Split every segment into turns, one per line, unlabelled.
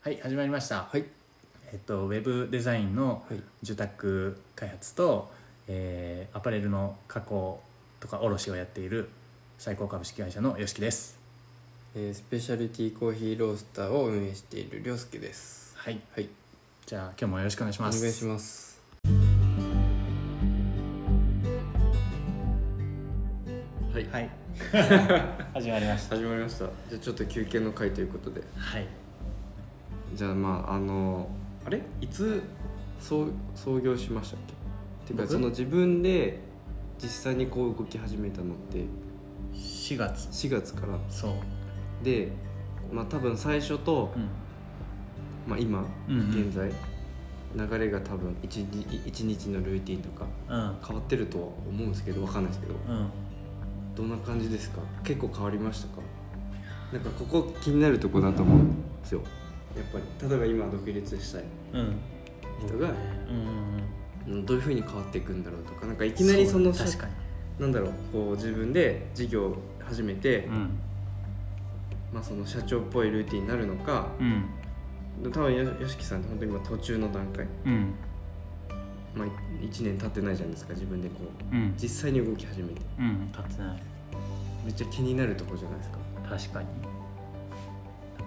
はい始まりました、
はい
えっと、ウェブデザインの
はい
住宅開発と、えーアパレルの加工とか卸をやっている最高株式会社の YOSHIKI です
えースペシャルティーコーヒーロースターを運営している涼介です
はい
はい
じゃあ今日もよろしくお願いし
お
ま
願い
す
しますはい、
はい始まりました
始まりましたじゃあちょっと休憩の会ということで
はい
じゃあまああのあれいつ創創業しましたっけっていうか
僕
その自分で実際にこう動き始めたのって
4月
4月から
そう
でまあ多分最初と、
う
まあ、今
うんうん
現在、流れが多分一日一日のルーティンとか
んうん
変わってるとは思うんですけどわかんないですけど
うん
どんな感じですか結構変わりましたかなんかここ気になるとこだと思うんですよやっぱり例えば今独立したい
うん
人が
うん
うんどういうふうに変わっていくんだろうとかなんかいきなりその
そう確かに
なんだろうこう自分で事業を始めて、
うん
まあ、その社長っぽいルーティンになるのか
うん
多分よ YOSHIKI さんって本当に今途中の段階、
うん
まあ、1年経ってないじゃないですか自分でこう
うん
実際に動き始めて
うん立ってない
めっちゃ気になるとこじゃないですか
確かに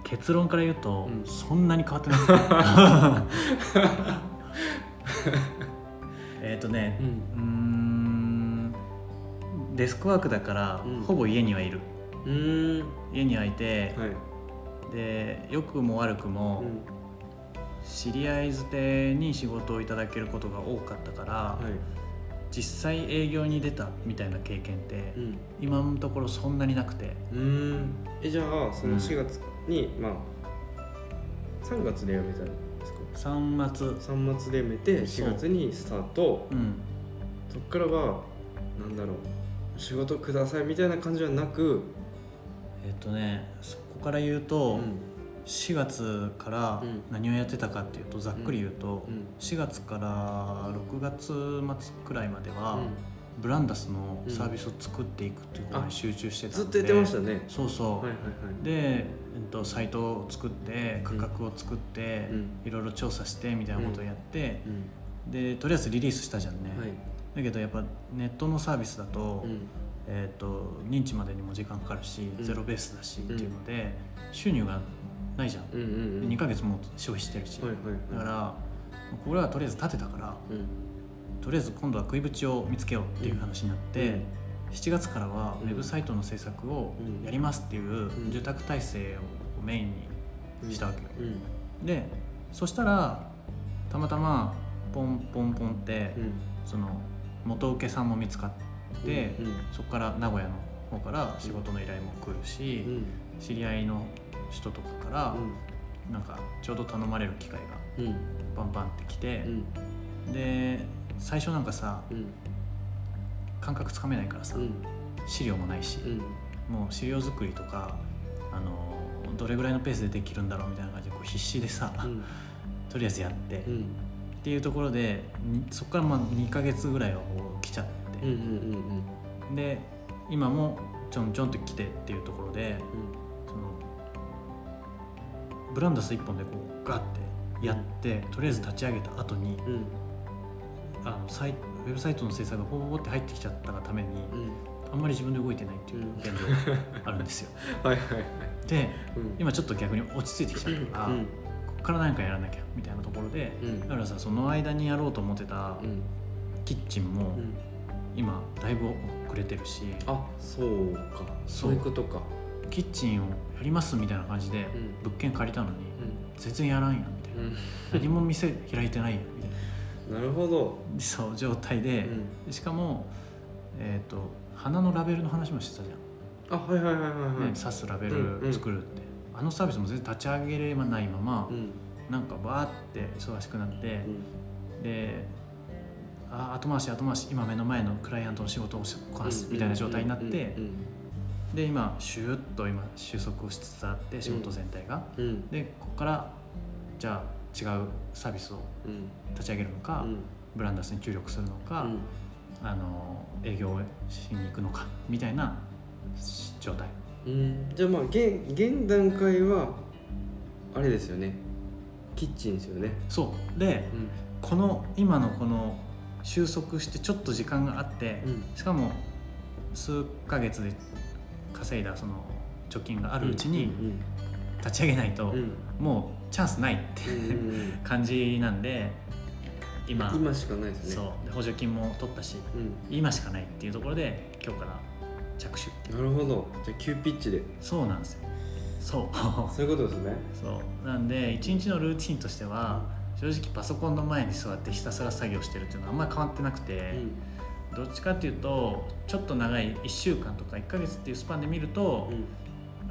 結論から言うと、
うん
そんなに変わってない えっとね
うん
うーんデスクワークだから、
うん
ほぼ家にはいる
うーん
家にはいて、
はい
で良くも悪くも、
うん
知り合いづてに仕事をいただけることが多かったから、
はい
実際営業に出たみたいな経験って、
うん
今のところそんなになくて
うーんえじゃあそ
うん
の4月に、まあ3月で辞めたんですか
3月
3月で辞めて
そう
4月にスタート
うん
そっからはなんだろう仕事くださいみたいな感じはなく、
えっ、とねそこから言うと、4月から
うん
何をやってたかっていうとざっくり言うと、
うん
4月から6月末くらいまでは、
うん
ブランダスのサービスを作っていくっていうことに集中してた
ずっ
ん
と
で、
やってましたね
そうそう、
はいはいは
で、
い
えっと、サイトを作って価格を作って、
うん
いろいろ調査してみたいなことをやって、でとりあえずリリースしたじゃんね、
うんはい
だけどやっぱネットのサービスだと,、
うん
えっと認知までにも時間かかるし、
うん
ゼロベースだしっていうので収入がないじゃん、
うんうんうん
2ヶ月も消費してるし、
はいはいは
だ
い
からこれはとりあえず立てたから
うん
とりあえず今度は食い口を見つけようっていう話になって、
うん
7月からは
う
ウ
ん
ェブサイトの制作を
うん
やりますっていう
うん
住宅体制をメインにしたわけよ、
うん
でそしたらたまたまポンポンポンって、
うん
その元請けさんも見つかって、
うん
そこから名古屋の方から仕事の依頼も来るし、
うん
知り合いの人とかから、なんかちょうど頼まれる機会が
うんうん
バンバンってきて
う、ん
で最初なんかさ
うん
感覚つかめないからさ、
うん
資料もないし、
うん
もう資料作りとかあのどれぐらいのペースでできるんだろうみたいな感じでこう必死でさ、
うん
とりあえずやって、
う
っ
ん
ていうところでにそこからまあ2ヶ月ぐらいはこう来ちゃって、
うんうんうんうん
で今もちょんちょんと来てっていうところで
う
そのブランダス1本でこうガッてやって、とりあえず立ち上げた後に
ん
あのサイウェブサイトの制作がポポポって入ってきちゃったがために
うん
あんまり自分で動いてないっていう現状があるん ですよ。
はいはいはい
で
うん
今ちょっと逆に落ち着いてきちゃったから、
う
こ
ん
っから何かやらなきゃみたいなところで、
うん
だからさその間にやろうと思ってた
うん
キッチンも
うん
今だいぶ遅れてるし、
あそうか
そ
そうういうことか
キッチンをやりますみたいな感じで
うん
物件借りたのに
う
全然やらんやんみたいな、
ん
何も店開いてないやんみたいな
うんなるほど
そう状態で
う、ん
しかもえっ、と花のラベルの話もしてたじゃん、
あはいはいはいはいはい
ね刺すラベ
うんう
ル
ん
作るって、あのサービスも全然立ち上げれないまま、
うん
なんかバーって忙しくなって
う、ん
であ後回し後回し今目の前のクライアントの仕事をこなすみたいな状態になって、
うん
で今シューッと今収束をしつつあって仕事全体が、
うん
でここからじゃあ違うサービスを
うん
立ち上げるのか、
うん
ブランダスに注力するのか、
うん
あの営業をしに行くのかみたいなし状態
うんじゃあまあ現現段階はあれですよねキッチンですよね
そうで
うん
この今のこの収束してちょっと時間があって、
うん
しかも数ヶ月で稼いだその貯金があるうちに
うん
立ち上げないと、
うん
もうチャンスないって
うんうんうんうん
感じなんで今
今しかないですね
そうで補助金も取ったし
うん
今しかないっていうところで今日から着手
なるほどじゃあ急ピッチで
そうなんですよそう
そういうことですね
そうなんで一日のルーティンとしては正直パソコンの前に座ってひたすら作業してるっていうのはあんまり変わってなくて、
う
どっちかっていうとちょっと長い1週間とか1ヶ月っていうスパンで見ると
んう、ん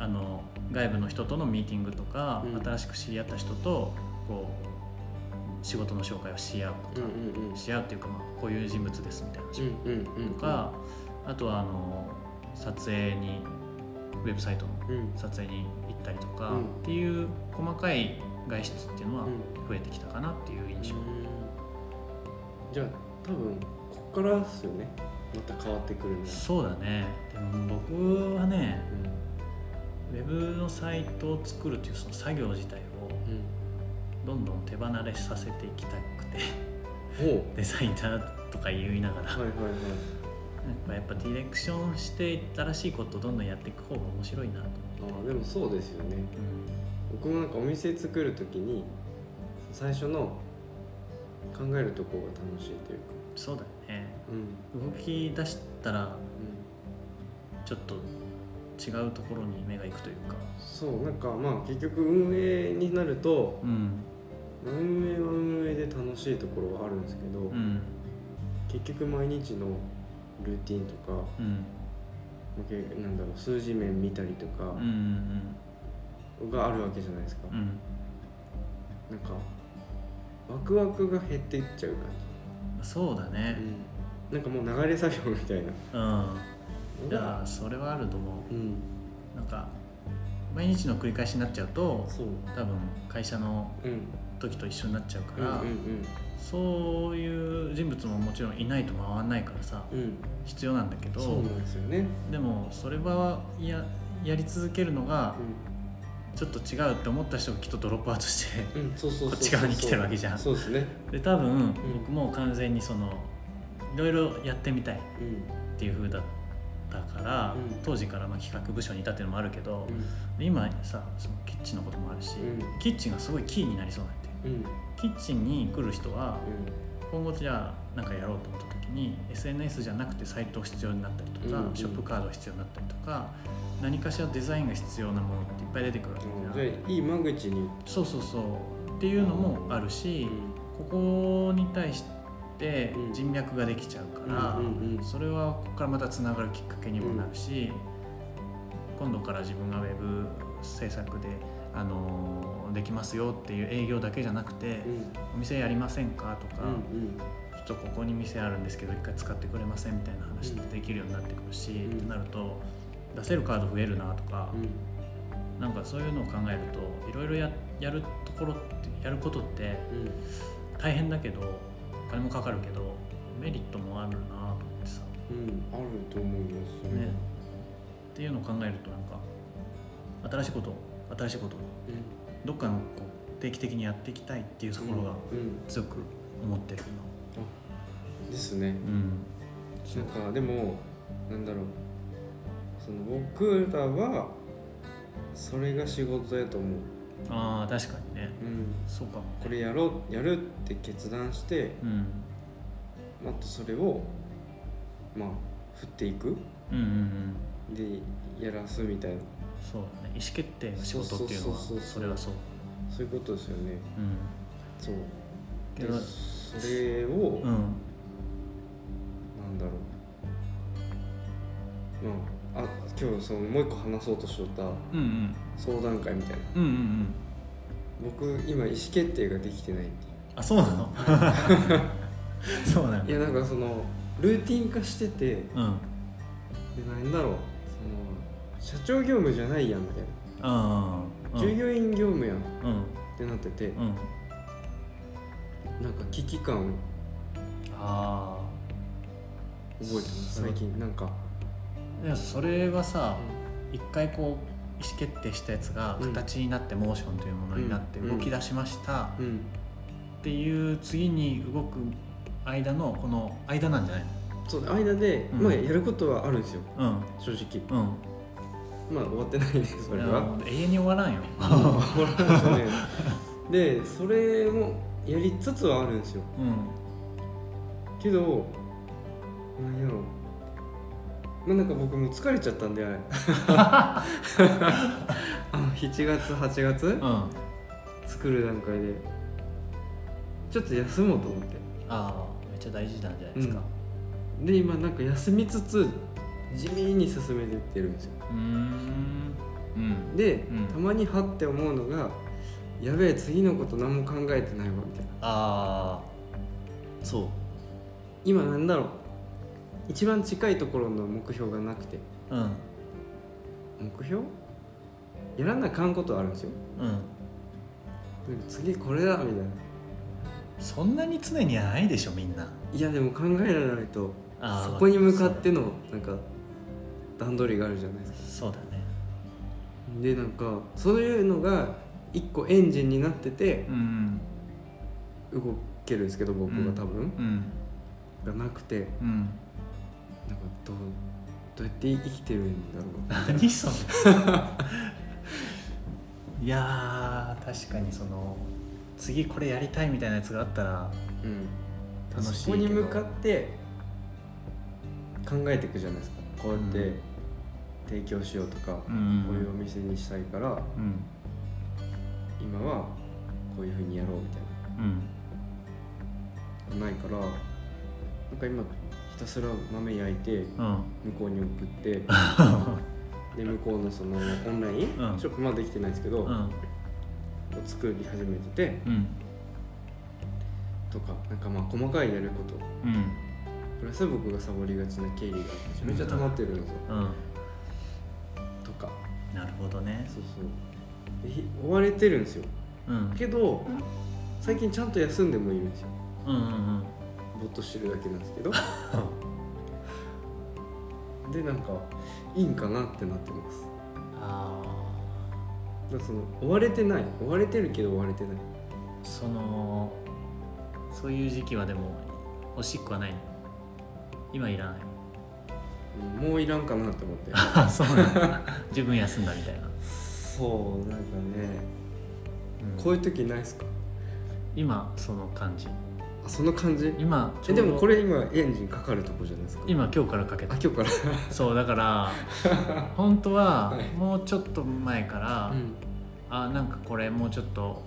あの外部の人とのミーティングとか、
うん
新しく知り合った人とこう仕事の紹介をし合うと
う
か、
んうんうん
し合うっていうか、まあ、こういう人物ですみたいな話
うんうんうん
とか、あとはあの撮影にウェブサイトの
うんうん
撮影に行ったりとか、
うん
っていう細かい外出っていうのは
うん
増えてきたかなっていう印象、
じゃあ多分こっからですよねまた変わってくるのは
そうだねでも僕はね
うん
ウェブのサイトを作るっていうその作業自体をどんどん手離れさせていきたくて
うんおう
デザイナーとか言いながら
はい
なん
はいはい
かやっぱディレクションしていったらしいことをどんどんやっていく方が面白いなと
ああでもそうですよね僕もなんかお店作る時に最初の考えるとこが楽しいというか
そうだよね
うん
動き出したら
うん
ちょっと違うところに目が行くというか
そうなんかまあ結局運営になると
うん
運営は運営で楽しいところはあるんですけど、
うん
結局毎日のルーティンとかま
うん
あけなんだろう数字面見たりとか
うんうん
があるわけじゃないですか、
うんうん
なんかワクワクが減っていっちゃう感
そうだ
じ、
ね
なんかもう流れ作業みたいな
うんいやそれはあると思
うん
うなんか毎日の繰り返しになっちゃうと
そう
多分会社の
うん
時と一緒になっちゃうか
うん
ら、そういう人物ももちろんいないと回らないからさ
うんうんうん
必要なんだけど
そうなんですよね、
でもそれはややり続けるのがちょっと違うって思った人がきっとドロップアウトして
うん、うん、そうそうそうそう
こっち側に来てるわけじゃん
そうですね
で多分
ん
僕も完全にそのいろいろやってみたいっ
うん
ていう風だったから、
うん
当時からまあ企画部署にいたっていうのもあるけど
う、ん
で今さそのキッチンのこともあるし、
うん
キッチンがすごいキーになりそうなんて
うん
キッチンに来る人は
うん
今後じゃあなんかやろうと思った時に SNS じゃなくてサイト必要になったりとか、
うんうん
ショップカード必要になったりとか何かしらデザインが必要なものっていっぱい出てくるわけ
うん
じ
じ
ゃ
ゃ
ん、
あいい間口に、
そうそうそうっていうのもあるし、ここに対して
うん
人脈ができちゃうから、
うんうんうん
それはここからまたつながるきっかけにもなるし、今度から自分がウェブ制作で、あのーできますよっていう営業だけじゃなくて、
うん
お店やりませんかとか、
うん
ちょっとここに店あるんですけど一回使ってくれませんみたいな話ってできるようになってくるし、
うん
ってなると出せるカード増えるなとか
う、ん
なんかそういうのを考えるといろいろややるところってやることって
うん
大変だけどお金もかかるけどメリットもあるなと思ってさ、
うんあると思いますそれは
ね、っていうのを考えるとなんか新しいこと新しいこと
う
どっかのこう定期的にやっていきたいっていうと
ん
ころが
うん
強く思ってる
ですね
今、うん、
なんかでもなんだろうその僕らはそれが仕事やと思う、
ああ確かにね
うん、
そうかも
これやろうやるって決断して
うん
もっとそれをまあ振っていく
うんうんうん
でやらすみたいな
そうだね意思決定の仕事っていうのは
そうそうそうそう
それはそう
そういうことですよね
うん
そう
け
で
ど
それを、
うん
なんだろうまああ今日そのもう一個話そうとしとった
うんうん
相談会みたいな
うんうんうん
僕今意思決定ができてないってい
あそうなのそうなの
ういやなんかそのルーティン化しててで
うんあ
なんだろうその社長業務じゃないやんみたい
あ
な、従業員業務やんっ
うん
てなってて、
うん
なんか危機感を
あ
覚えてます
そう
最近なんか、
あそれはさ
う
一回こ意思決定したやつが
うん
形になってモーションというものになって
うん
動き出しました
うん
っていう次に動く間のこの間なんじゃない
そう間で、
うん
まあやることはあるんですよ
の
正直
うんうん
まあ終わってないですそれ
あ
は
の永遠に終わ らんよ
終わらないですよね でそれもやりつつはあるんですよ
うん
けどなんやろまあなんか僕もう疲れちゃったん であれあの7月8月
うんあ
作る段階でちょっと休もうと思って
あめっちゃ大事なんじゃないですか
で今なんか休みつつ地味に進めてってるんですよ
うーんうん
で、
うん
たまにはって思うのがやべえ次のこと何も考えてないわみたいな
ああそ
今なんだろう一番近いところの目標がなくて
ううん
目標やらなあかんことあるんですよ
うん
でも次これだみたいな
そんなに常にはないでしょみんない
やでも考えられないと
あー
そこに向かってのなんか段取りがあるじゃないですか
そうだね
でなんかそういうのが一個エンジンになってて
うん
動けるんですけど僕が多分、
うん
がなくて
うん
なんかどうどうやって生きてるんだろう
何それ いやー確かにその次これやりたいみたいなやつがあったら
うん、
楽しい
そこに
けど
向かって考えていくじゃないですかこうやって
うん
提供しようとか、
う
こういうお
ん
店にしたいから
うん
今はこういうふうにやろうみたい
うん
なないからなんか今ひたすら豆焼いて
うん
向こうに送ってで向こうのそのオンライン、
うん
ショップまだできてないですけど、
う
を
ん
作り始めてて
うん
とかなんかまあ細かいやること
うん
プラス僕がサボりがちな経理がめちゃめちゃ溜まってるんですよ、
うん
とか
なるほどね
そうそうでひ追われてるんですよ
うん
けど最近ちゃんと休んでもいるんですよ
うんうん
ぼーっとしてるだけなんで すけどでなんかいいんかなってなってますだ
あ
からその追われてない追われてるけど追われてな
ー
い
そのそういう時期はでもおしっこはないの今いらない
もういらんかなって思って
あそうなんだ 自分休んだみたいな、
そうなんかね
うん
こういう時ないですか
今その感じ
あその感じ
今
えでもこ
れ
れ今エンジンかかるとこじゃないですか
今今日からかけ
あ
た
今日から
そうだから 本当は
はい
もうちょっと前から、
うん
あなんかこれもうちょっと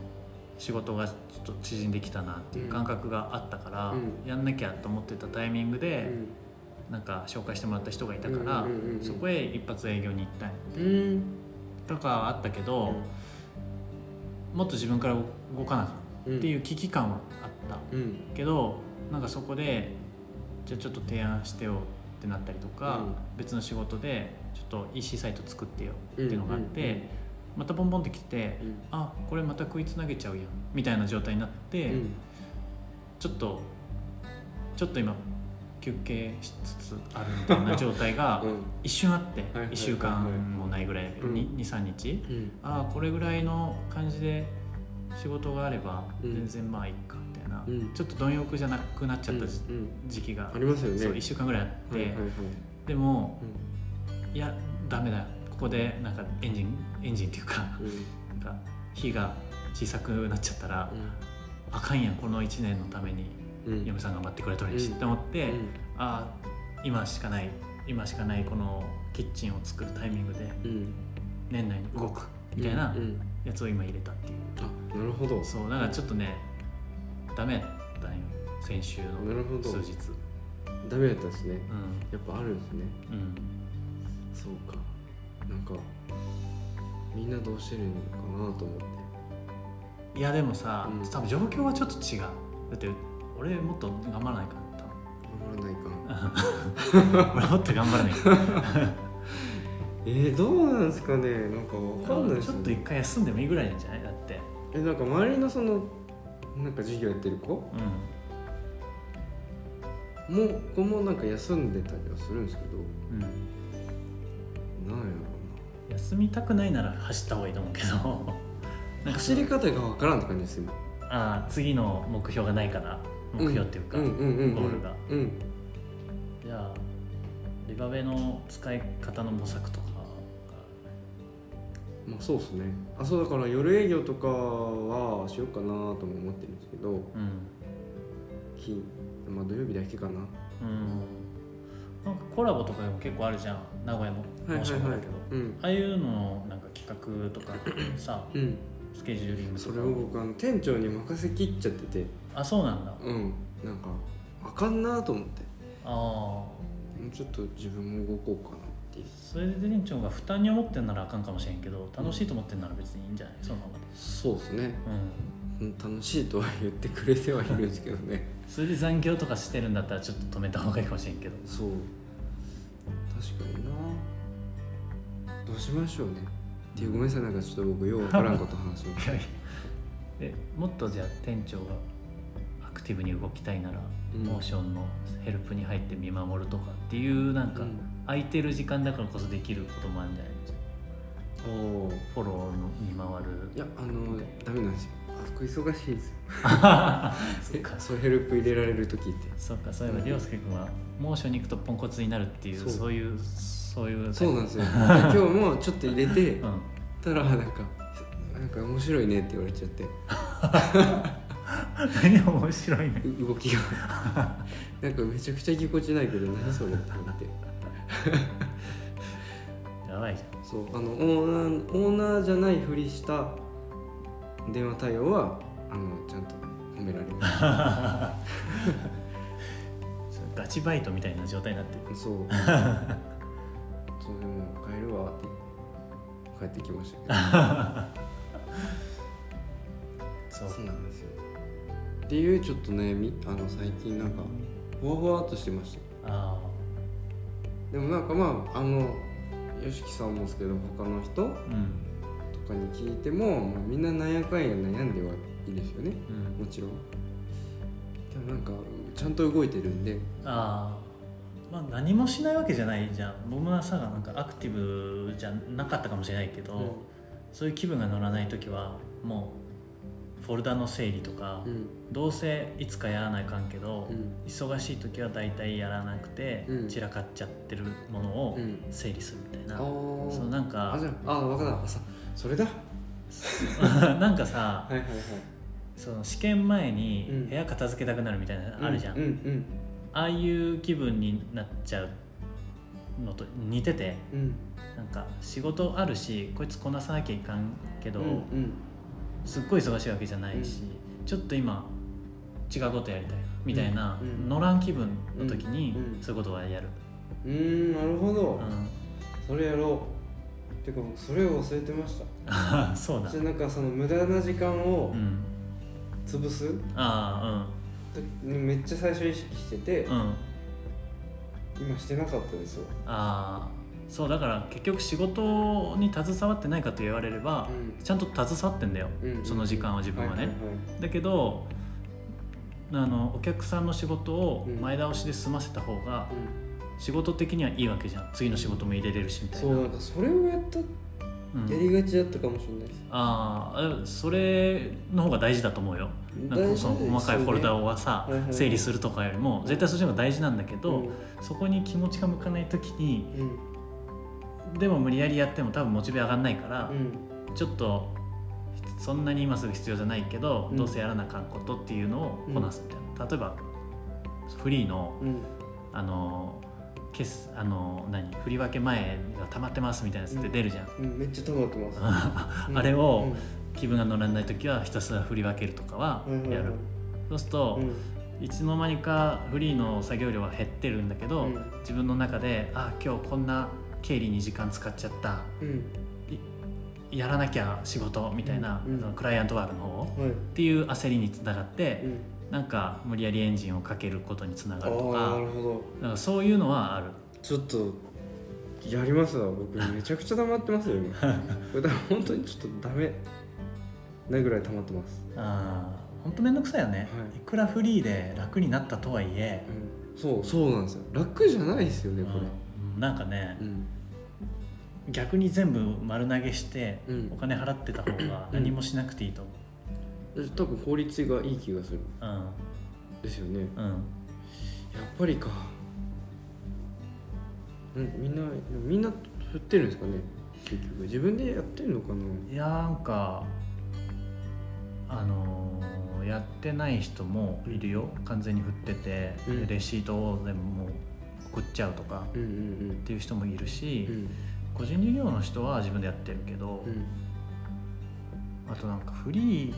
仕事がちょっと縮んできたなっていう感覚があったから、
うん
やんなきゃと思ってたタイミング
う
で、
ん
なんか紹介してもらった人がいたから、
うんうんうんうん
そこへ一発営業に行ったり
うん
とかはあったけど、もっと自分から動かなあか
うん
んっていうう危機感はあった
うん
けどなんかそこでじゃあちょっと提案してよってなったりとか、
うん
別の仕事でちょっと EC サイト作ってよっていうのがあって、
うんうんうん
またボンボンってきて、
うん
あこれまた食いつなげちゃうやんみたいな状態になって、
うん
ちょっとちょっと今休憩しつつあるみたいな状態が
うん
一瞬あって、
いはいはい
1週間もないぐらい、
うん
23日
うん
ああこれぐらいの感じで仕事があれば
うん
全然まあいいかみたいな、
うん
ちょっと貪欲じゃなくなっちゃった時
うんうん
時期が、
ありますよね
そう1週間ぐらいあって、
はいはいはい
でもいやダメだここでなんかエンジンエンジンっていうか
うん
なんか火が小さくなっちゃったら、あかんやんこの1年のために
うんうん
嫁さん頑張ってくれとるし、
うん
って思って、
うん
ああ今しかない今しかないこのキッチンを作るタイミングで
うん
年内に動くみたいな
うんうん
やつを今入れたっていう、
あなるほどな
そうだからちょっとねダメだったんよ先週の
るほど
数日
ダメだったんですね
うん
やっぱあるんですね
うん
そうかなんかみんなどうしてるのかなと思って
いやでもさ、
うん
多分状況はちょっと違うだって俺もっと頑張らないから
守らないか
多 分俺もっと頑張らないから
えー、どうなんですかねなんかわかんないです
ちょ
よ
っと一
ね
回休んでもいいぐらいなんじゃないだって
えなんか周りのそのなんか授業やってる子も
う
う子もなんか休んでたりはするんですけど
んうん
なんやろう
休みたくないなら走った方がいいと 思うけどなんかそ
走
の
り方がわからんって感じです今
あー次の目標がないから目標っていうか、
うんうんうんうん
ゴールが
うん
じゃあリバベの使い方の模索とか
まあそうですねあそうだから夜営業とかはしようかなとも思ってるんですけど
がうん
金まあ土曜日だけかな
うんなんかコラボとかでも結構あるじゃん名古屋も大阪だけど、
うん
ああいうのなんか企画とか さ
うん
スケジューリングと
そ
か
れを僕あの店長に任せきっちゃってて
あそうなんだ
うんなんかあかんなと思って
あ
もうちょっと自分も動こうかなっていう
あそれで店長が負担に思ってんならあかんかもしれんけど楽しいと思ってんなら別にいいんじゃないそのままで
そうですね
うん
うん楽しいとは言ってくれてはいるんですけどね
それで残業とかしてるんだったらちょっと止めた方がいいかもしれんけど
そう確かになどうしましょうねっていうごめんなさいなんかちょっと僕ようわからんこと話しました、
えもっとじゃあ店長がアクティブに動きたいなら、
うん
モーションのヘルプに入って見守るとかっていうなんか、
うん
空いてる時間だからこそできることもあるんじゃない
おお
フォローの見回る
いやあのダメなんですよあそこ忙しいんですよ
そっか
そうヘルプ入れられる時って
そっかそういえば涼介君はモーションに行くとポンコツになるっていう
そう
そういうそういう
そうなんです すよ今日もちょっと入れて
うん
たらなんかなんか面白いねって言われちゃって
何が 面白いね
う動きが なんかめちゃくちゃぎこちないけど何それって思って
やばいじ ゃ
そうあのオーナーオーナーじゃないふりした電話対応はあのちゃんと褒められ ま
んそれガチバイトみたいな状態になってる
すそうそうでも帰るわって帰ってきましたけど
そう
そうなんですよっていうちょっと悩みあの最近なんかほわほわっとしてました
あ
でもなんかまああの YOSHIKI さんもですけど他の人と
あうん
かに聞いても、まあ、みんななんやかんや悩んではいいですよね
うん
もちろんでもなんかちゃんと動いてるんで
ああまあ何もしないわけじゃないじゃん僕も朝がなんかアクティブじゃなかったかもしれないけど、そういう気分が乗らない時はもうフォルダの整理とか、
うん
どうせいつかやらないかんけど、
うん
忙しい時は大体やらなくて、
うん
散らかっちゃってるものを
うん
整理するみたい
あ
な、
ー
そうなん
あ
か
じゃああ分かったさそれだは
なんかさ、
いはいはい
その試験前
う
に
ん
部屋片付けたくなるみたいなのあるじゃん、
うん
ああいう気分になっちゃうのと似てて
うんうん
なんか仕事あるしこいつこなさなきゃいかんけど、
うんうん
すっごい忙しいわけじゃないし、ちょっと今違うことやりたいなみたいな、
うんうん
乗らん気分の時に、
うん
そういうことはやる、
うーんなるほど、
う
それやろうてか僕それを忘れてました
ん、 そうだ
じゃあなんかその無駄な時間を
うん
潰す、
あ
とめっちゃ最初意識してて、
あうんうん
今してなかったですよ、
ああそうだから結局仕事に携わってないかと言われれば、ちゃんと携わってんだよ、
うん
その時間は自分はね、
いはい
だけどあのお客さんの仕事を
うん
前倒しで済ませた方が
はい
仕事的にはいいわけじゃん次の仕事も入れれるしみ
うん
たい
そ
な、
うなんかそれをやった
うん
やりがちだったかもしれないです、
ああでもそれの方が大事だと思うよなんかその細かいフォルダ
を
をはさ、
はいはい
整理するとかよりも絶対そっちの方が大事なんだけど、そこに気持ちが向かない時に
うんうん
でも無理やりやっても多分モチベ上がんないから
う、ん
ちょっとそんなに今すぐ必要じゃないけど、
うん
どうせやらなあかんことっていうのをこなすみたいな、例えばフリーの
うん
あの決すあの何振り分け前が溜まってますみたいなやつって出るじゃん、
うんめっちゃ溜まってますうん
あれを
うん
気分が乗らない時はひたすら振り分けるとかは
うんうん
やる、そうすると
う、ん
いつの間にかフリーの作業量は減ってるんだけど、
うん
自分の中であ今日こんな経理に時間使っちゃった
うん
やらなきゃ仕事みたいな、
うんうん
そのクライアントワークの方
はい
っていう焦りにつながって
う、ん
なんか無理やりエンジンをかけることにつな
あ
がると
あ
か
なるほど
なんかそういうのはある
ちょっとやりますわ僕めちゃくちゃ溜まってますよ今これだから本当にちょっとダメなぐらい溜まってます、
あーほんと面倒くさいよね、
はい
い、くらフリーで楽になったとはいえ、
うん、そうそうなんですよ楽じゃないですよねこ
うんなんかね
れ、うん
逆に全部丸投げして
うん
お金払ってた方が何もしなくていいと思
多分効率がいい気がする
う
ですよね
うんうん
やっぱりかうんみんなみんな振ってるんですかね結局自分でやってるのかない
やーなんかあのーやってない人もいるよ完全に振ってて、
うん
レシートを全部もう送っちゃうとか
うん
っていう人もいるし、
うんうん
個人事業の人は自分でやってるけど、
うん
あとなんかフリー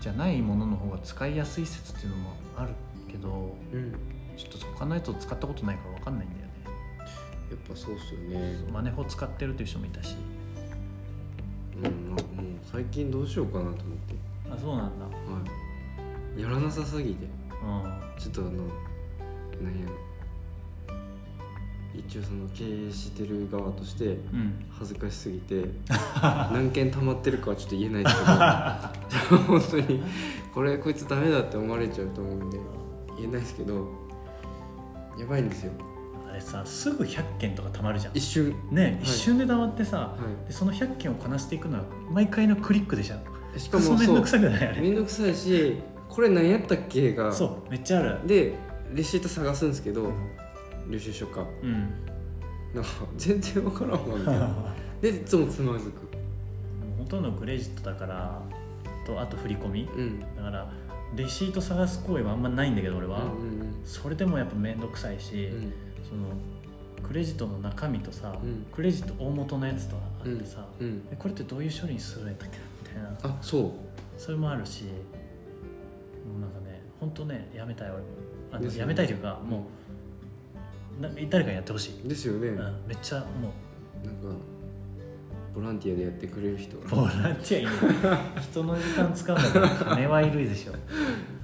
じゃないものの方が使いやすい説っていうのもあるけど
うんうんや
ちょっと他のやつを使ったことないから分かんないんだよね
っぱそうっすよね
マネホ使ってるっていう人もいたし
うんなんかもう最近どうしようかなと思って
あそうなんだ
はいやらなさすぎて
う
ちょっとあの何やろ一応その経営してる側として
んうん
恥ずかしすぎて何件溜まってるかはちょっと言えないですけど本当にこれこいつダメだって思われちゃうと思うんで言えないですけどやばいんですよ
あれさすぐ100件とかたまるじゃん
一瞬
ね、
はい
一瞬で黙ってさ
は
でその100件をこなしていくのは毎回のクリックでしょ
いしか
クソ
もそう
めんどくさくないあれ
めんどくさいしこれ何やったっけが
そうめっちゃある
でレシート探すんですけど領収書か
うん
なんか全然分からんわみたいな
も
でいつもつま
う
ずく
ほとんどクレジットだからとあと振り込み
うん
だからレシート探す行為はあんまないんだけど俺は、
うん
それでもやっぱ面倒くさいし、
うんうん
そのクレジットの中身とさ、
うん
クレジット大元のやつとあってさ、
うん
えこれってどういう処理にするんやったっけなみたいな
あそう
それもあるしもうなんかね本当ねやめたい俺もあの
ですよね
やめたいというかもうな誰かにやってほしい、
ですよね、
うん
なんか
めっちゃも
ボランティアでやってくれる人
うボランティアいいね 人の時間使うんだから金はいるでしょ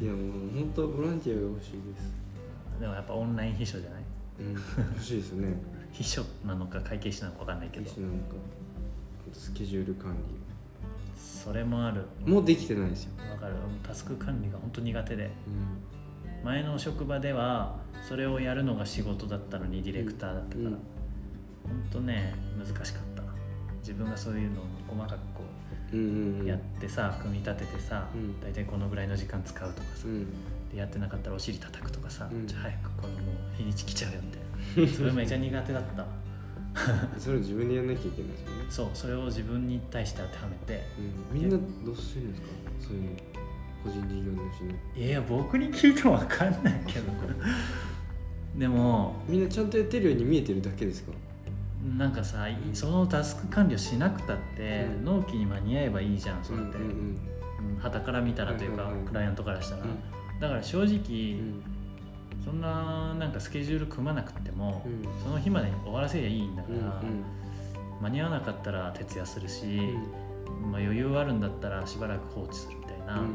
いやもう本当ボランティアが欲しいです、
でもやっぱオンライン秘書じゃない
うん、欲しいですね
秘書なのか会計士なのか分かんないけど
私なんかあとスケジュール管
それもある
理もうできてないですよ、
わかるタスク管理が本当苦手で
うん、
前の職場ではそれをやるのが仕事だったのにディレクターだったから、
うん
ほんとね難しかった自分がそういうのを細かくこ
うんうんう
うんやってさ、組み立ててさ、
うん
大体このぐらいの時間使うとかさ
う、ん
でやってなかったらお尻叩くとかさ、
うん
じゃあ早くこのもう日にち来ちゃうよみた いなそれめちゃ苦手だった
それを自分でやんなきゃいけないですよね、
そうそれを自分に対して当てはめて
うん、みんなどうしてるんですかそういうの個人事業主の
いや僕に聞いても分かんないけど
そうか
でも
みんなちゃんとやってるように見えてるだけですか
なんかさいそのタスク管理をしなくたって、
うん
納期に間に合えばいいじゃんそれって、
うんうん
うん旗から見たらというか、
うんうんうん
クライアントからしたら、
うん
だから正直、
うん
そんななんかスケジュール組まなくっても、
うん
その日までに終わらせりゃいいんだか
う
ら、
んうん
間に合わなかったら徹夜するし、
う
まあ、余裕あるんだったらしばらく放置するみたいな、
ん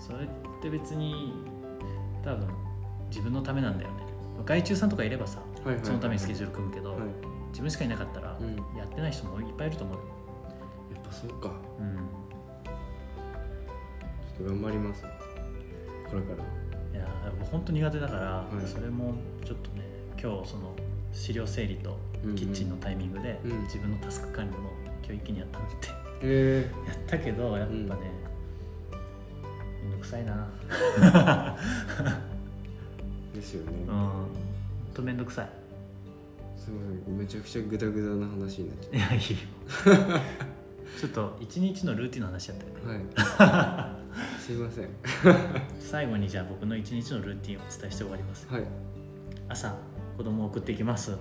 それって別に多分自分のためなんだよね外注さんとかいればさ
はいはい
そのためにスケジュール組むけど、
はい
自分しかいなかったら、
うん
やってない人もいっぱいいると思うよ
やっぱそうか
うん
ちょっと頑張りますこれから
いやもう本当苦手だから、
い
それもちょっとね今日その資料整理と
うんうん
キッチンのタイミングで
うん
自分のタスク管理も今日一気にやったんで
え
やったけどやっぱね、めんどくさいな
えですよね
うんほんとめんどくさい
すみませんめちゃくちゃグダグダな話になっち
いやいいよちょっと一日のルーティンの話やったよね
ゃうは いすいませんは
最後にじゃあ僕の一日のルーティンをお伝えして終わります
い
朝子供を送ってきます、
はい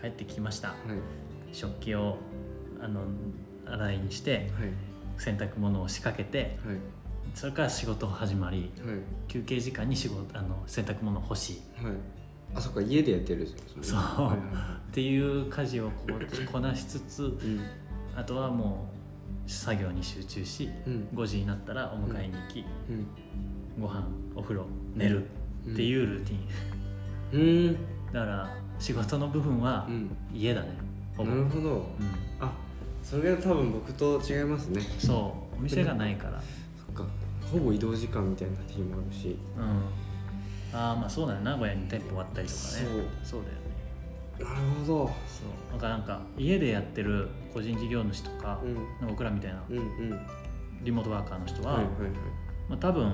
帰ってきました
はい
食器をあの洗いにして
はい
洗濯物を仕掛けて
はい
それから仕事始まり
はい
休憩時間に仕事あの洗濯物を干し
はいあそっか家でやってるんですよ
そう
はいは
っていう家事をこうこなしつつ
いうん
あとはもう作業に集中し
うん
5時になったらお迎えに行き、
うん
ご飯お風呂寝る
うん
っていうルーティン、
うーん
だから仕事の部分は
うん
家だね、ほぼ
なるほど
うん
あそれは多分僕と違いますね
そうお店がないから
そっかほぼ移動時間みたいな日もあるし
うんああまあそうだね名古屋に店舗あったりとかね
そ
そう
う
だよね
なるほど
そうなんかなんか家でやってる個人事業主とか、
うん
僕らみたいな
うんうんは
リモートワーカーの人
い
は、
はいはい
まあ、多分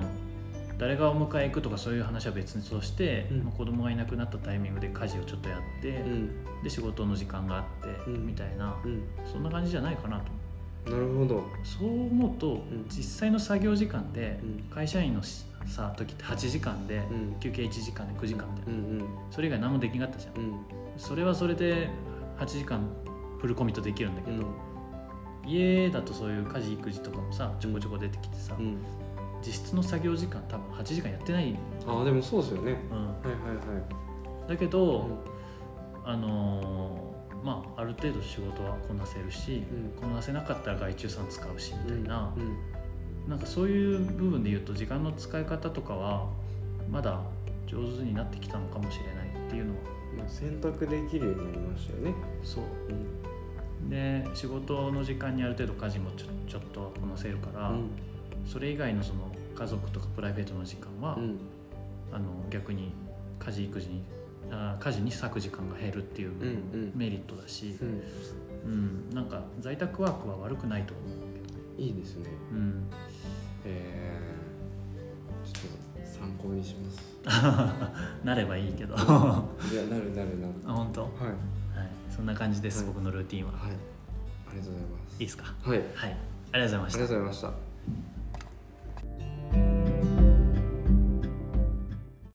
誰がお迎え行くとかそういう話は別にとして、
うん
まあ、子供がいなくなったタイミングで家事をちょっとやって、
うん
で仕事の時間があって、
うん
みたいな
うん
そんな感じじゃないかなと
なるほど
そう思うと、
ん
実際の作業時間で、
うん
会社員のしさ時って8時間で、
うん
休憩1時間で9時間みたいな、
うん
それ以外何もできなかったじゃん
うんうん
それはそれで8時間フルコミットできるんだけ
う
ど、
ん
家だとそういう家事育児とかもさちょこちょこ出てきてさ、
うん
実質の作業時間多分8時間やってない、
ああでもそうですよね
うん、
はいはいはい
だけど、あのーまあある程度仕事はこなせるし、
う
こなせなかったら外注さん使うしみたいな
う、ん
なんかそういう部分で言うと時間の使い方とかはまだ上手になってきたのかもしれないっていうのは
まあ、選択できるようになりましたよね、
そう
うん
で仕事の時間にある程度家事もちょちょっとはこなせるから、それ以外のその家族とかプライベートの時間は、
うんうん
あの逆に家事育児にあ家事に割く時間が減るっていう
うんうん
メリットだし、
うん
うんなんか在宅ワークは悪くないと思う
いいですね
うん、
えー、ちょっと参考にしま す
なればいいけど あ
いやなるなるなる
本当、は
はい
い、そんな感じです、
はい
僕のルーティンは
はいありがとうございます
いいですか
はいあり
はいありがとうございま
が
し
とう
た
ございました